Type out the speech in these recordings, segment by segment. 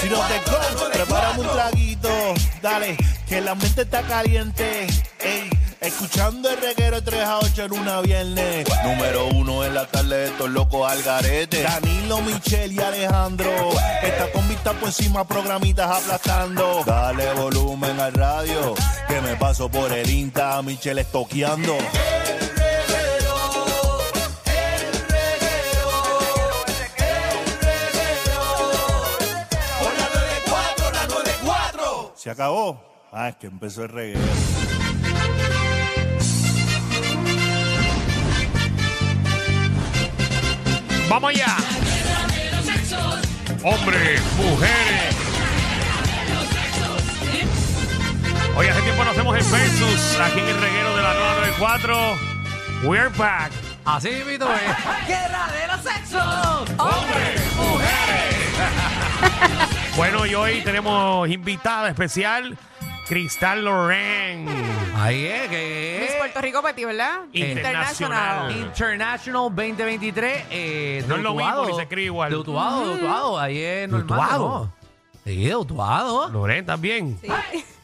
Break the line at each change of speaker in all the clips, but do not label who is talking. Si no te con, prepárame un traguito. Dale, que la mente está caliente. Ey, escuchando el reguero 3 a 8 en una viernes.
Número uno en la tarde de estos locos al garete.
Danilo, Michelle y Alejandro. Esta combi está por encima, programitas aplastando.
Dale volumen al radio, que me paso por el Insta, a Michelle estoqueando.
Se acabó. Ah, es que empezó el reguero.
Vamos allá. Hombres, mujeres. Hoy hace tiempo nos hacemos en Versus, aquí en el reguero de la 994. We're back.
Así mismo es.
¡Guerradero sexo!
Hombres, mujeres. bueno, y hoy tenemos invitada especial, Cristal Loren.
Ahí es, que
Miss
es.
Puerto Rico Petit, ¿verdad?
Internacional.
International 2023. Eh,
No es
de
lo
Utuado.
mismo, ni se escribe igual.
De Utuado, de Utuado. Ahí es normal.
Utuado.
¿no? Sí, de Utuado.
Loren también.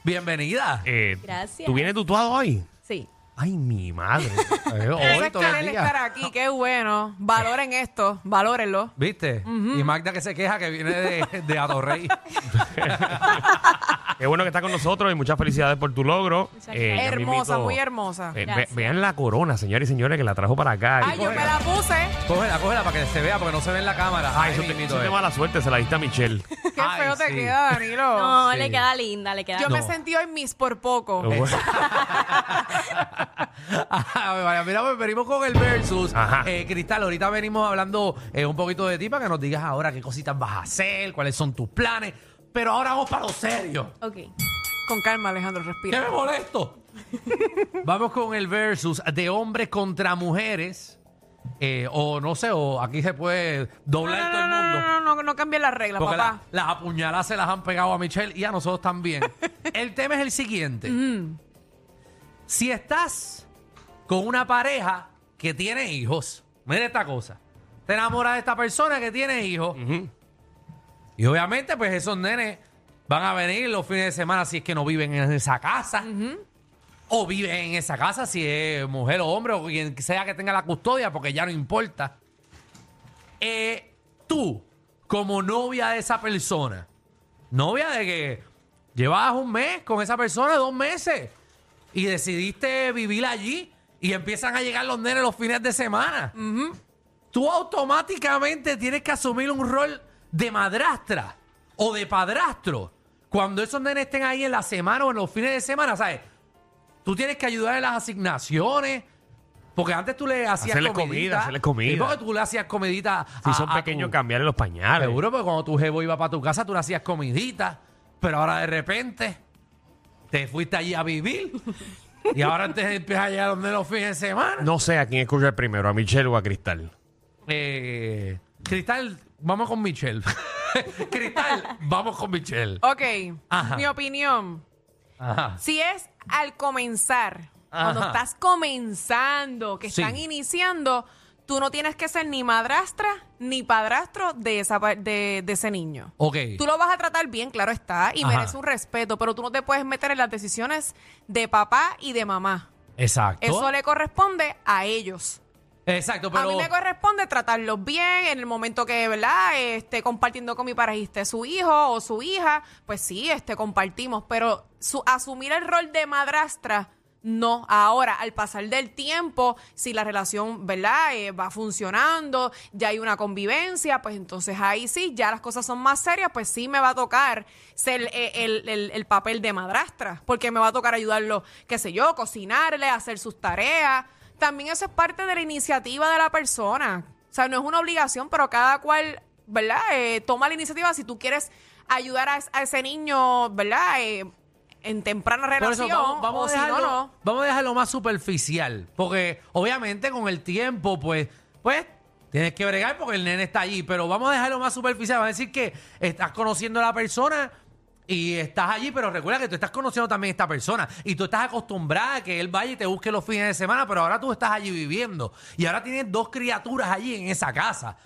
Bienvenida.
Eh,
Gracias.
¿Tú vienes tatuado hoy?
Sí.
Ay, mi madre.
Eh,
Eso
hoy
es
todo el
querer estar
día.
aquí, qué bueno. Valoren esto, valórenlo.
¿Viste? Y Magda que se queja que viene de, de Atorrey.
Qué bueno que está con nosotros y muchas felicidades por tu logro. Eh, ya
hermosa,
mismito-
muy hermosa.
Eh, ve- vean la corona, señores y señores, que la trajo para acá.
Ah, Ay, yo me la puse.
cógela, cógela para que se vea, porque no se ve en la cámara.
Ay, eso, te,
mismito
eso te
es.
mala suerte, se la diste a Michelle.
Qué
Ay,
feo te
sí.
queda, Danilo.
No,
Sí.
le queda linda, le queda
Yo me
No.
sentí hoy Miss por poco.
Lo Ah, bueno-
Ajá, vaya, Mira, pues venimos con el versus.
Ajá.
Eh, Cristal, ahorita venimos hablando eh, un poquito de ti para que nos digas ahora qué cositas vas a hacer, cuáles son tus planes. Pero ahora vamos para lo serio.
Ok.
Con calma, Alejandro,
¿Qué me
respira.
molesto? vamos con el versus de hombres contra mujeres. Eh, o no sé, o aquí se puede
No,
doblar
no,
todo
no,
el
no,
mundo.
no, no, no, no cambies las reglas,
Porque
papá.
la- las apuñaladas se las han pegado a Michelle y a nosotros también. el tema es el siguiente. Si estás con una pareja que tiene hijos, mira esta cosa. Te enamoras de esta persona que tiene hijos. Y obviamente, pues esos nenes van a venir los fines de semana si es que no viven en esa casa. O viven en esa casa si es mujer o hombre o quien sea que tenga la custodia, porque ya no importa. Eh, tú, como novia de esa persona, novia de que llevabas un mes con esa persona, dos meses, y decidiste vivir allí y empiezan a llegar los nenes los fines de semana, tú automáticamente tienes que asumir un rol de madrastra o de padrastro cuando esos nenes estén ahí en la semana o en los fines de semana, ¿sabes? Tú tienes que ayudar en las asignaciones. Porque antes tú le hacías
Hacerles comida,
comidita.
hacerles comida.
Y porque tú le hacías comidita
si
a-
Ah,
son
a
pequeños,
tu-
cambiarle los pañales.
Seguro, porque cuando tu jevo iba para tu casa, tú le hacías comidita, pero ahora de repente te fuiste allí a vivir y ahora te empiezas a llegar donde los fines de semana.
No sé a quién escuchar primero, a Michelle o a Cristal.
Eh, Cristal, vamos con Michelle. Cristal, vamos con Michelle.
Ok,
Ajá.
mi opinión.
Ajá.
Si es al comenzar,
Ajá.
cuando estás comenzando, que
Sí.
están iniciando, tú no tienes que ser ni madrastra ni padrastro de, esa, pa- de, de ese niño.
Ok.
Tú lo vas a tratar bien, claro está, y
Ajá.
merece un respeto, pero tú no te puedes meter en las decisiones de papá y de mamá.
Exacto.
Eso le corresponde a ellos.
Exacto, pero.
A mí me corresponde tratarlos bien en el momento que, ¿verdad? Esté compartiendo con mi parejista su hijo o su hija, pues sí, este compartimos, pero su- asumir el rol de madrastra, no. Ahora, al pasar del tiempo, si la relación, ¿verdad? eh, va funcionando, ya hay una convivencia, pues entonces ahí sí, ya las cosas son más serias, pues sí me va a tocar ser eh, el, el- el papel de madrastra, porque me va a tocar ayudarlo, qué sé yo, cocinarle, hacer sus tareas. También eso es parte de la iniciativa de la persona. O sea, no es una obligación, pero cada cual, ¿verdad? Eh, toma la iniciativa si tú quieres ayudar a, es- a ese niño, ¿verdad? Eh, en temprana
Por
relación.
eso vamos, vamos
o
a
si
dejarlo,
no, no.
vamos a dejarlo más superficial. Porque obviamente con el tiempo, pues, pues, tienes que bregar porque el nene está allí. Pero vamos a dejarlo más superficial. Vamos a decir que estás conociendo a la persona y estás allí, pero recuerda que tú estás conociendo también a esta persona. Y tú estás acostumbrada a que él vaya y te busque los fines de semana, pero ahora tú estás allí viviendo. Y ahora tienes dos criaturas allí en esa casa.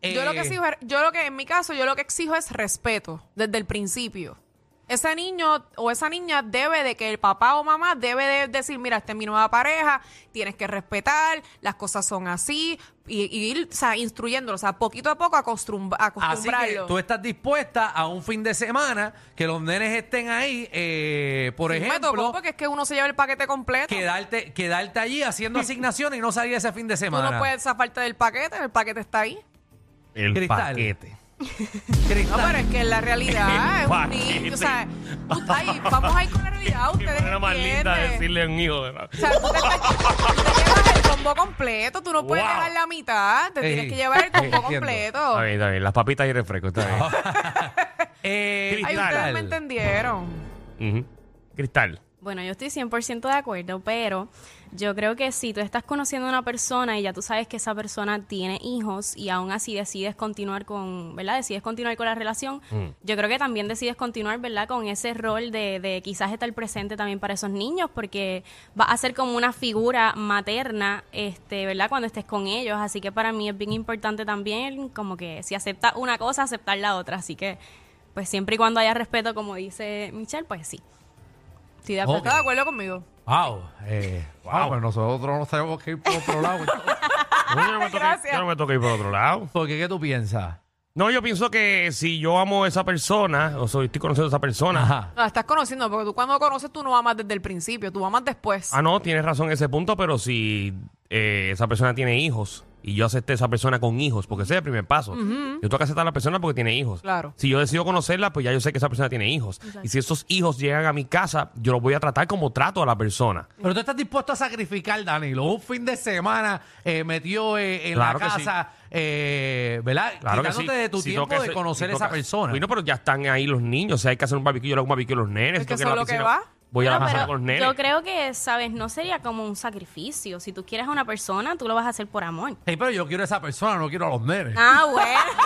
Yo lo que
Eh,
exijo, yo lo que en mi caso, yo lo que exijo es respeto desde el principio. Ese niño o esa niña debe de que el papá o mamá debe de decir, mira, esta es mi nueva pareja, tienes que respetar, las cosas son así, y, y ir o sea, instruyéndolo, o sea, poquito a poco acostumbra-
Así que
acostumbrarlo.
tú estás dispuesta a un fin de semana que los nenes estén ahí, eh, por
Sí, me
ejemplo,
tocó porque es que uno se lleva el paquete completo.
quedarte, quedarte allí haciendo asignaciones y no salir ese fin de
Tú
semana.
no puedes zafarte del paquete, el paquete está ahí.
El
Cristal.
paquete.
No, pero es que la realidad
El
es un
paquete.
niño, o sea, tú- ay, vamos a ir con la realidad,
Qué
ustedes
manera más linda de
entienden.
decirle a un hijo. ¿verdad?
O sea, tú te, estás- tú te llevas el combo completo, tú no puedes
Wow.
dejar la mitad, te
Ey,
tienes que llevar el combo
entiendo.
completo.
Está bien, está bien. Las papitas y refresco, está bien.
Eh,
Ay, ustedes
Cristal.
me entendieron.
Ujú. Cristal.
Bueno, yo estoy 100% de acuerdo, pero yo creo que si tú estás conociendo a una persona y ya tú sabes que esa persona tiene hijos y aún así decides continuar con, ¿verdad? Decides continuar con la relación, yo creo que también decides continuar, ¿verdad? Con ese rol de, de quizás estar presente también para esos niños porque va a ser como una figura materna, este, ¿verdad? Cuando estés con ellos, así que para mí es bien importante también como que si aceptas una cosa, aceptar la otra, así que pues siempre y cuando haya respeto, como dice Michelle, pues sí. Estoy de acuerdo.
Ok.
¿Estás de acuerdo conmigo?
wow, eh, wow, pero nosotros no sabemos que ir por otro lado.
No, yo, no me toco,
Gracias.
yo no me toco ir por otro lado.
¿Por qué? ¿Qué tú piensas?
No, yo pienso que si yo amo a esa persona, o sea, estoy conociendo a esa persona.
Ajá.
No, estás conociendo, porque tú cuando conoces tú no amas desde el principio, tú amas después.
Ah, no, tienes razón en ese punto, pero si eh, esa persona tiene hijos y yo acepté a esa persona con hijos, porque ese es el primer paso. Yo tengo que aceptar a la persona porque tiene hijos.
Claro.
Si yo decido conocerla, pues ya yo sé que esa persona tiene hijos. Y si esos hijos llegan a mi casa, yo los voy a tratar como trato a la persona.
Pero tú estás dispuesto a sacrificar, Danilo. Un fin de semana eh, metió eh, en
Claro
la
que sí.
casa, eh, ¿verdad?
Claro que sí.
Quitándote de tu
Si
tiempo
toca
de
ese-
conocer
si
a esa
toca-
persona.
Uy, no, pero ya están ahí los niños. O sea, hay que hacer un barbecue, yo le hago un barbecue a los nenes.
Es que
tengo ir a
eso
la
es lo que
piscina.
va.
Voy a la
Bueno,
piscina
pero
con los nenes.
yo creo que, ¿sabes? No sería como un sacrificio. Si tú quieres a una persona, tú lo vas a hacer por amor.
Ey, pero yo quiero a esa persona, no quiero a los nenes.
Ah, bueno.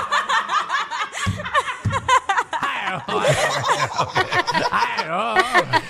Ah.
Ay, no.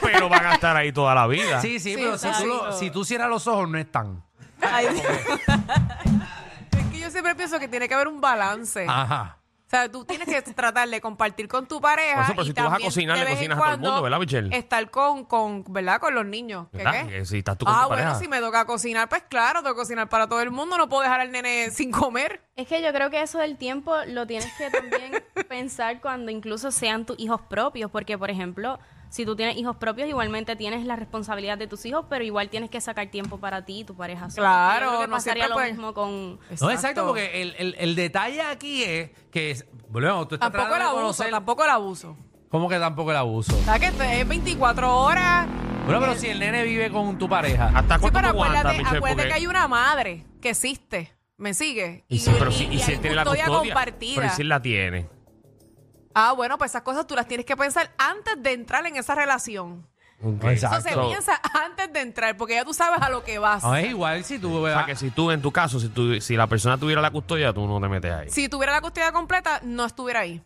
Pero van a estar ahí toda la vida.
Sí, sí,
Sí,
pero si tú,
exacto.
lo- si tú cierras los ojos, no están.
Ay, es que yo siempre pienso que tiene que haber un balance.
Ah.
Ajá.
O sea, tú tienes que tratar de compartir con tu
Por
pareja.
eso, pero
y
si tú vas a
también
cocinar,
de
le
vez en
cocinas a todo el
cuando
mundo, ¿verdad, Michelle?
Estar con, con, ¿verdad? Con los niños. ¿Qué,
¿Verdad?
qué?
Que Si estás tú con
ah,
tu
bueno,
pareja.
si me toca cocinar, pues claro, tengo que cocinar para todo el mundo. No puedo dejar al nene sin comer.
Es que yo creo que eso del tiempo lo tienes que también pensar cuando incluso sean tus hijos propios. Porque, por ejemplo, si tú tienes hijos propios, igualmente tienes la responsabilidad de tus hijos, pero igual tienes que sacar tiempo para ti y tu pareja. sola.
Claro,
Yo creo que
no
pasaría
siempre
lo
puede-
mismo con...
No, exacto, porque el, el- el detalle aquí es que, es- volvemos, tú estás
Tampoco el
tratando de
abuso,
conocer-
tampoco el abuso.
¿Cómo que tampoco el abuso?
O sea, que te- es 24 horas.
Bueno, pero si el nene vive con tu pareja.
¿Hasta
Sí,
cuánto
pero
tú aguantas,
acuérdate,
Michelle?
acuérdate
Porque-
que hay una madre que existe. ¿Me sigue?
Y, sí, pero si, y si
hay
él tiene la
custodia
custodia,
compartida.
pero si él la tiene.
Ah, bueno, pues esas cosas tú las tienes que pensar antes de entrar en esa relación.
Ok.
Exacto.
Eso se
So,
piensa antes de entrar, porque ya tú sabes a lo que vas.
No, es igual si tú...
O sea, que si tú, en tu caso, si, tú, si la persona tuviera la custodia, tú no te metes ahí.
Si tuviera la custodia completa, no estuviera ahí.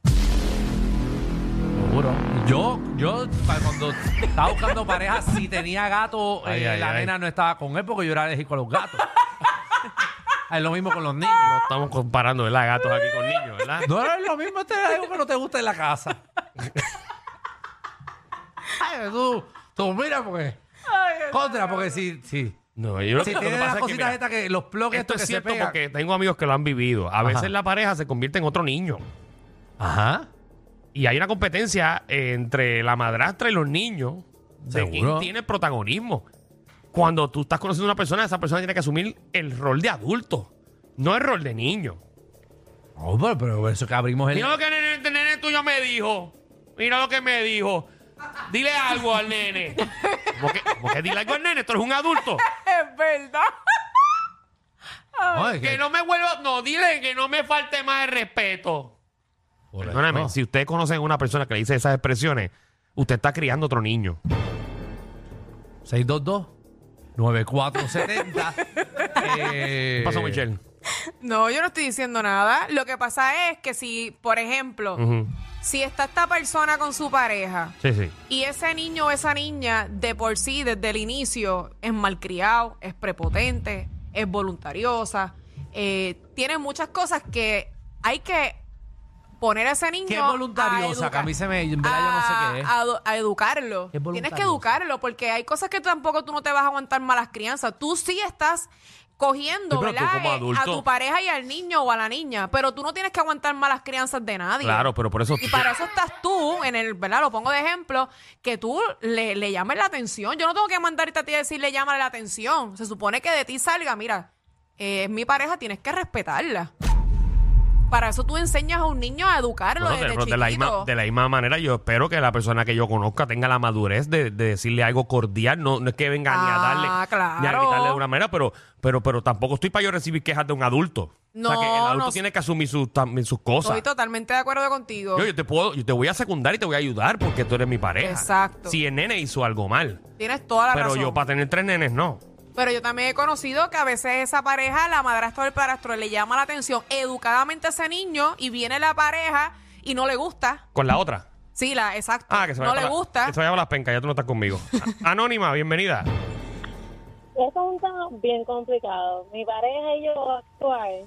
Seguro. Yo, yo, pa- cuando estaba buscando pareja, si tenía gato,
Ay,
eh,
ay,
la
ay.
nena no estaba con él porque yo era alérgico a los gatos. es lo mismo con los niños.
No estamos comparando, ¿verdad? Gatos aquí con niños, ¿verdad?
No es lo mismo, este es algo que no te gusta en la casa. Ay, tú, tú mira, porque... Contra, porque si... si
No, yo lo
Si
que, lo que
tiene
pasa
las
es que,
cositas
mira,
estas que los bloques
esto
estos
es
que se
cierto
pegan.
porque tengo amigos que lo han vivido. A veces la pareja se convierte en otro niño.
Ajá.
Y hay una competencia eh, entre la madrastra y los niños de
Seguro.
quién tiene el protagonismo. Cuando tú estás conociendo a una persona, esa persona tiene que asumir el rol de adulto, no el rol de niño.
No, Oh, pero, pero eso que abrimos el...
Mira lo que el nene, el nene tuyo me dijo. Mira lo que me dijo. Dile algo al nene. ¿Cómo que, cómo que dile algo al nene? Tú eres un adulto.
Es verdad.
Ay,
Que no me vuelva. No, dile que no me falte más el respeto.
Por
Perdóname,
eso.
si ustedes conocen a una persona que le dice esas expresiones, usted está criando otro niño.
622-9470. eh,
¿Qué pasó, Michelle?
No, yo no estoy diciendo nada. Lo que pasa es que si, por ejemplo,
Ujú.
si está esta persona con su pareja
Sí, sí.
y ese niño o esa niña de por sí desde el inicio es malcriado, es prepotente, es voluntariosa, eh, tiene muchas cosas que hay que poner a ese niño
¿Qué es voluntariosa?
a
Que a mí se me- en verdad yo no sé
a-
qué es.
a edu- a educarlo.
¿Qué es
Tienes
voluntariosa?
que educarlo porque hay cosas que tampoco tú no te vas a aguantar malas crianzas. Tú sí estás
Sí,
cogiendo
pero tú
¿verdad?
como
Eh,
adulto.
a tu pareja y al niño o a la niña, pero tú no tienes que aguantar malas crianzas de nadie.
Claro, pero por eso.
Y para eso estás tú, en el, ¿verdad? Lo pongo de ejemplo, que tú le, le llames la atención. Yo no tengo que mandarte a ti a decirle llámale la atención. Se supone que de ti salga, mira, eh, es mi pareja, tienes que respetarla. Para eso tú enseñas a un niño a educarlo
Bueno,
desde
de, de la misma,
chiquito.
de la misma manera, yo espero que la persona que yo conozca tenga la madurez de, de decirle algo cordial. No, no es que venga ni a darle,
Ah, claro.
ni a gritarle de una manera, pero, pero, pero tampoco estoy para yo recibir quejas de un adulto. o sea, que el
No,
adulto
no.
tiene que asumir sus, también sus cosas.
Estoy totalmente de acuerdo contigo.
Yo, yo te puedo, yo te voy a secundar y te voy a ayudar porque tú eres mi pareja.
Exacto.
Si el nene hizo algo mal,
Tienes toda la
pero
razón.
yo para tener tres nenes no.
Pero yo también he conocido que a veces esa pareja, la madrastra o el padrastro, le llama la atención educadamente a ese niño y viene la pareja y no le gusta.
Con la otra.
Sí, la, exacto.
Ah, que se
no
vaya
le
para la-
gusta.
que se vaya para las pencas, ya tú no estás conmigo. A- Anónima, bienvenida.
Eso es un tema bien complicado. Mi pareja y yo actual,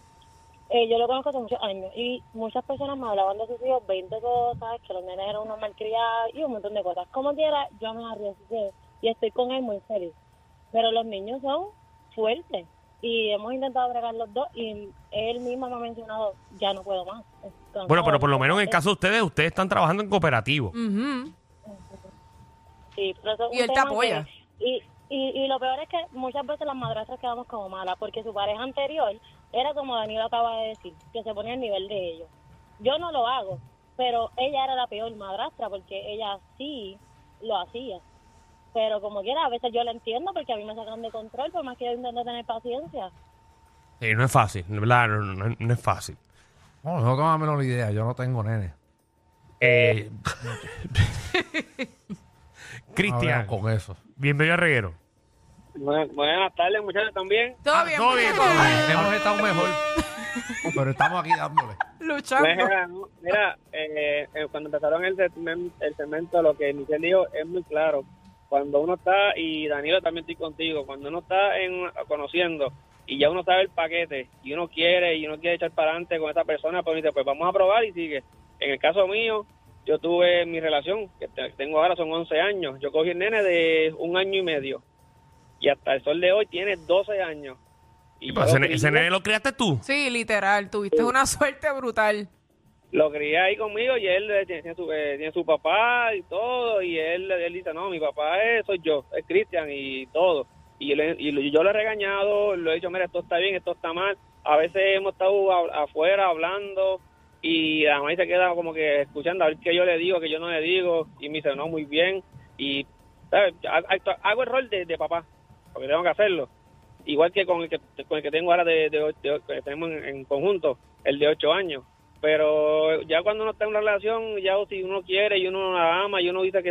eh, yo lo conozco hace muchos años y muchas personas me hablaban de sus hijos 20 cosas, que los nenes eran unos malcriados y un montón de cosas. Como quiera, yo me arriesgué y estoy con él muy feliz. Pero los niños son fuertes y hemos intentado bregar los dos y él mismo me ha mencionado, ya no puedo más. Entonces,
Bueno, pero por lo menos en el caso de ustedes, ustedes están trabajando en cooperativo.
Ujú.
Sí, pero eso es
Y
un
él te
tema
apoya.
que- y, y, y lo peor es que muchas veces las madrastras quedamos como malas, porque su pareja anterior era como Danilo acaba de decir, que se ponía al nivel de ellos. Yo no lo hago, pero ella era la peor madrastra, porque ella sí lo hacía. Pero como quiera, a veces yo la entiendo, porque a mí me sacan de control, por más que yo intento tener paciencia.
Sí, no es fácil, de ¿verdad? No, no- no es fácil.
No, no tengo la menor idea. Yo no tengo nene.
Eh,
Cristian.
Cristian,
Con eso.
bienvenido a Reguero.
Buenas, buenas tardes, muchachos, también.
Todo
Ah,
bien,
todo bien,
muñeco?
todo bien.
Hemos estado mejor. Pero estamos aquí dándole.
Luchando.
Mira, Pues no, mira, eh, eh, cuando empezaron el, segmen- el segmento, lo que Michelle dijo es muy claro. Cuando uno está, y Danilo también estoy contigo, cuando uno está en, conociendo y ya uno sabe el paquete y uno quiere y uno quiere echar para adelante con esa persona, pues dice, pues vamos a probar y sigue. En el caso mío, yo tuve mi relación, que te- tengo ahora son 11 años, yo cogí el nene de un año y medio y hasta el sol de hoy tiene 12 años.
Y
Y
pues,
yo
ese,
lo
ne- ese
crié-
nene lo criaste tú.
Sí, literal, tuviste una suerte brutal.
lo crié ahí conmigo y él eh, tiene, tiene su, eh, tiene su papá y todo y él, él dice no mi papá es, soy yo es Cristian y todo y, yo le- y lo- yo lo he regañado lo he dicho mira esto está bien esto está mal a veces hemos estado a- afuera hablando y la mamá se queda como que escuchando a ver qué yo le digo qué yo no le digo y me dice no muy bien y ¿sabes? Ha- ha- hago el rol de, de papá porque tengo que hacerlo igual que con el que con el que tengo ahora de, de- de- que tenemos en, en conjunto el de ocho años pero ya cuando uno está en una relación ya si uno quiere y uno la ama y uno dice que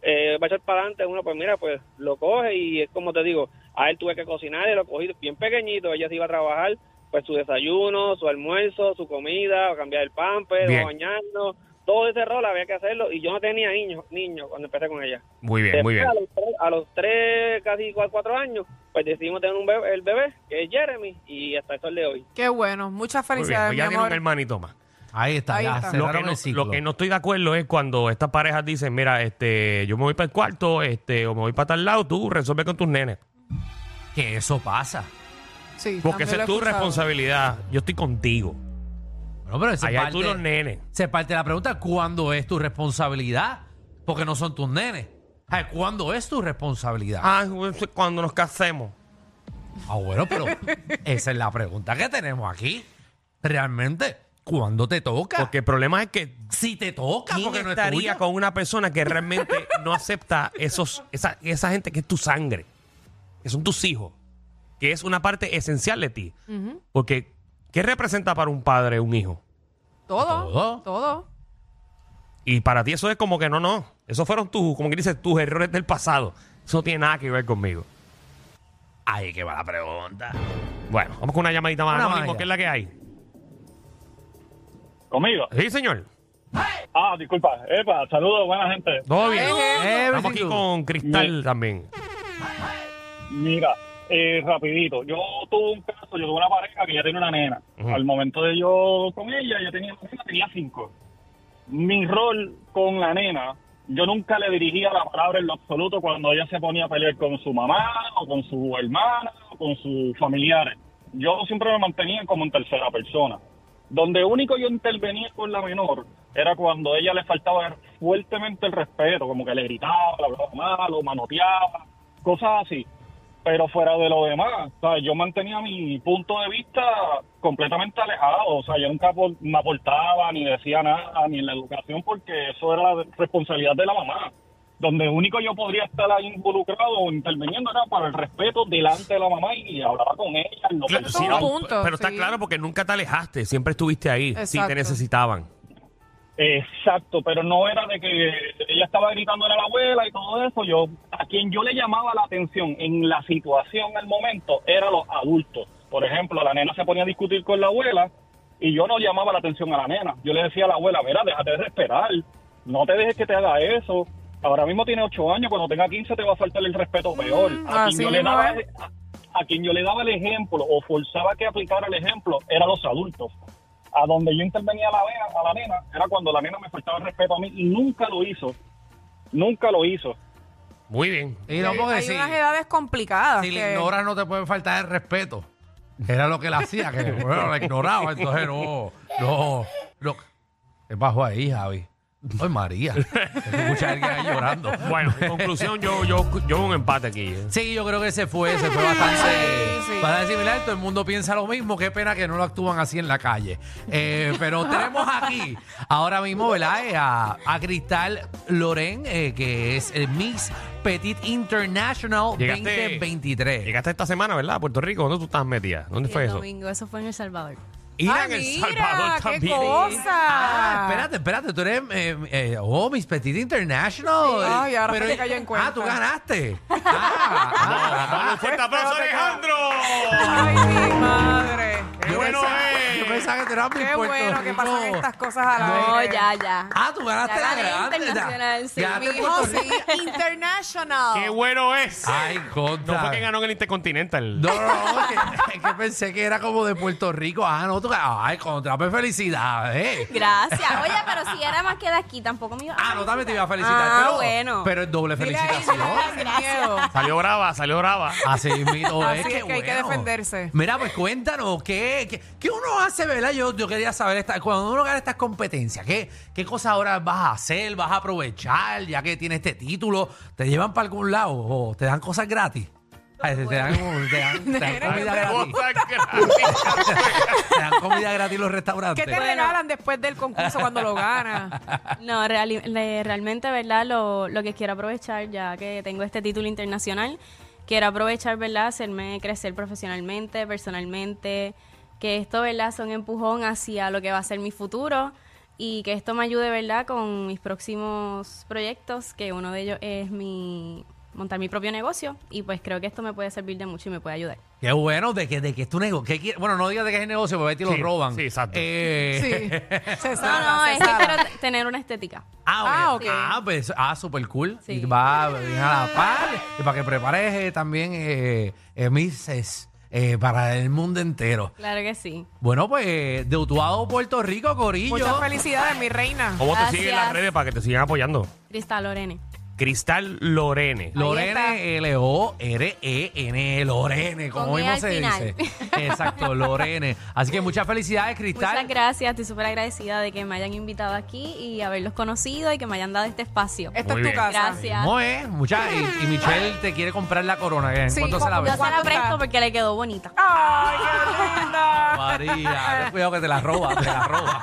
eh, va a echar para adelante uno pues mira pues lo coge y es como te digo a él tuve que cocinar y lo cogí bien pequeñito ella se iba a trabajar pues su desayuno su almuerzo su comida cambiar el pamper
Bien.
bañarnos todo ese rol había que hacerlo y yo no tenía niños niño cuando empecé con ella
Muy bien, Eh, muy bien.
Después, A los, tres, a los tres, casi cua- cuatro años, pues decidimos tener un bebé, el bebé, que es Jeremy, y hasta el sol de hoy.
Qué bueno, muchas
Muy bien.
felicidades,
Pues ya
mi
tiene un
amor.
hermanito más.
Ahí está.
Ahí
ya
está.
Lo que,
cerraron
no,
el ciclo.
lo que no estoy de acuerdo es cuando estas parejas dicen, mira, este, yo me voy para el cuarto, este, o me voy para tal lado, tú resuelve con tus nenes.
Que eso pasa.
Sí,
Porque
también
esa es
lo he
tu
escuchado.
responsabilidad. Yo estoy contigo.
Bueno, pero se
Allá
parte,
tú los nenes.
se parte la pregunta, ¿cuándo es tu responsabilidad? Porque no son tus nenes. Ay, ¿Cuándo es tu responsabilidad? Ah,
Ah, cuando nos casemos.
bueno, pero esa es la pregunta que tenemos aquí. Realmente, ¿cuándo te toca?
Porque el problema es que
si te toca,
¿Quién
porque no es
estaría
tuyo.
con una persona que realmente no acepta esos, esa, esa gente que es tu sangre? Que son tus hijos. que es una parte esencial de ti. Porque, ¿qué representa para un padre un hijo?
Todo,
Todo.
todo.
Y para ti eso es como que no, no. Esos fueron tus, como que dices, tus errores del pasado. Eso no tiene nada que ver conmigo. Ay, qué mala pregunta. Bueno, vamos con una llamadita más
Una
anónimo,
más
que es la que hay.
¿Conmigo?
Sí, señor.
Ah, disculpa. Epa, saludos, buena gente.
Todo bien.
Everything
Estamos aquí
good.
con Cristal también.
Mira, eh, rapidito, yo tuve un caso, yo tuve una pareja que ya tiene una nena.
Ujú.
Al momento de yo con ella, yo tenía, una nena, tenía cinco. Mi rol con la nena, yo nunca le dirigía la palabra en lo absoluto cuando ella se ponía a pelear con su mamá o con su hermana o con sus familiares. Yo siempre me mantenía como en tercera persona. Donde único yo intervenía con la menor era cuando a ella le faltaba fuertemente el respeto, como que le gritaba, le hablaba mal, lo manoteaba, cosas así. Pero fuera de lo demás, o sea, yo mantenía mi punto de vista completamente alejado. O sea, yo nunca apor- me aportaba ni decía nada, ni en la educación, porque eso era la responsabilidad de la mamá. Donde único yo podría estar ahí involucrado o interviniendo era para el respeto delante de la mamá y hablaba con ella. en lo
Claro,
sí,
personal.
no, punto,
pero está
sí.
claro porque nunca te alejaste, siempre estuviste ahí, si te
Exacto.
necesitaban.
Exacto, pero no era de que ella estaba gritando a la abuela y todo eso. Yo a quien yo le llamaba la atención en la situación al momento eran los adultos. Por ejemplo, la nena se ponía a discutir con la abuela y yo no llamaba la atención a la nena. Yo le decía a la abuela, mira, déjate de esperar, no te dejes que te haga eso. Ahora mismo tiene ocho años, cuando tenga 15 te va a faltar el respeto peor. a,
Mm, así
quien yo le
mismo
daba,
es.
a- a quien yo le daba el ejemplo o forzaba que aplicara el ejemplo eran los adultos a donde yo intervenía a la, nena, a la nena era cuando la nena me faltaba el respeto a mí y nunca lo hizo. Nunca lo hizo.
Muy bien.
Y no porque
Eh, Hay
si,
unas edades complicadas.
si le
que-
ignoras no te puede faltar el respeto. Era lo que le hacía, que bueno, la ignoraba, entonces no, no, no. Es bajo ahí, Javi. Ay, María. Escucha a alguien ahí llorando.
Bueno, en conclusión, yo, yo, yo veo un empate aquí. ¿eh?
Sí, yo creo que se fue, se fue bastante,
Sí, sí.
bastante similar. Todo el mundo piensa lo mismo. Qué pena que no lo actúan así en la calle. Eh, pero tenemos aquí ahora mismo, ¿verdad? Eh, a, a Cristal Loren, eh, que es el Miss Petit International
Llegaste-
2023.
Llegaste esta semana, ¿verdad? A Puerto Rico, ¿dónde tú estás metida? ¿Dónde
Y
fue
el
eso?
domingo, eso fue en El Salvador.
Irán,
Ah,
El
mira,
Salvador
qué
también.
cosa.
Ah, espérate, espérate, tú eres eh, eh, oh, Miss Petit International.
Sí. Ay, ahora
Pero-
me cayó en cuenta.
Ah, tú ganaste. Ah, ah,
Dale un fuerte aplauso, Alejandro.
Ay, mi madre.
¡Qué bueno es!
Yo pensaba que tú eras Miss
Qué
Puerto
bueno que
Rico.
pasan estas cosas a la
No,
vez.
ya, ya.
Ah, tú ganaste
Ya
la
gané
grande.
internacional, sí.
Ganaste
Mi hijo
Puerto
sí, Oh,
Rico.
international.
¡Qué bueno es!
Ah,
Ay,
no
contra.
fue que ganó en el Intercontinental.
No, no, no, que, que pensé que era como de Puerto Rico. Ah, no, tú Ay, contra, pues felicidades.
Gracias. Oye, pero si era más que de aquí, tampoco me iba
Ah, no, también te iba a felicitar.
Ah,
pero,
bueno.
Pero es doble
Dile ahí,
felicitación.
dile ahí, sin miedo.
Salió brava, salió brava.
Así mismo eh,
Así es
qué
que hay que
bueno.
defenderse.
Mira, pues cuéntanos, ¿qué, qué, qué uno hace, verdad? Yo, yo quería saber, esta- cuando uno gana estas competencias, ¿qué, ¿qué cosas ahora vas a hacer? ¿Vas a aprovechar ya que tienes este título? ¿Te llevan para algún lado o te dan cosas gratis? Ay, te, te dan, te dan- te dan
Nena,
comida
qué
gratis.
Cosa gratis.
Te dan comida gratis en los
¿Qué
restaurantes.
te regalan después del concurso cuando lo ganas?
No, reali- le- realmente, ¿verdad? Lo, lo que quiero aprovechar, ya que tengo este título internacional, quiero aprovechar, ¿verdad? Hacerme crecer profesionalmente, personalmente, que esto, ¿verdad? Sea un empujón hacia lo que va a ser mi futuro y que esto me ayude, ¿verdad? Con mis próximos proyectos, que uno de ellos es mi montar mi propio negocio y pues creo que esto me puede servir de mucho y me puede ayudar.
Qué bueno de que, de que es tu negocio. ¿Qué quiere- Bueno, no digas de que es el negocio, porque a ti lo
Sí,
roban.
sí, exacto.
Eh,
Sí. Se
No,
sana,
no,
se
es que
sana.
quiero t- tener una estética.
Ah,
Ah,
ok.
ok.
Ah, pues, ah, super cool.
Sí.
Y va bien a la par. Y para que prepares eh, también eh, eh, Misses eh, para el mundo entero.
Claro que sí.
Bueno, pues, de Utuado, Puerto Rico, Corillo.
Muchas felicidades, mi reina.
¿Cómo te
Gracias.
siguen las redes para que te sigan apoyando?
Cristal Lorene.
Cristal Lorene.
Ahí
Lorene, L-O-R-E-N, E Lorene, como
Con E
mismo
al
se
final.
dice. Exacto, Lorene. Así que muchas felicidades, Cristal.
Muchas gracias, estoy súper agradecida de que me hayan invitado aquí y haberlos conocido y que me hayan dado este espacio.
Esta
Muy
es tu
bien.
casa.
Gracias.
¿Cómo es? Muchas- eh, y, y Michelle te quiere comprar la corona. ¿En
Sí,
cuánto se la
Yo
ve?
se la presto porque le quedó bonita.
¡Ay, qué linda!
María, ten cuidado que te la roba, te la roba.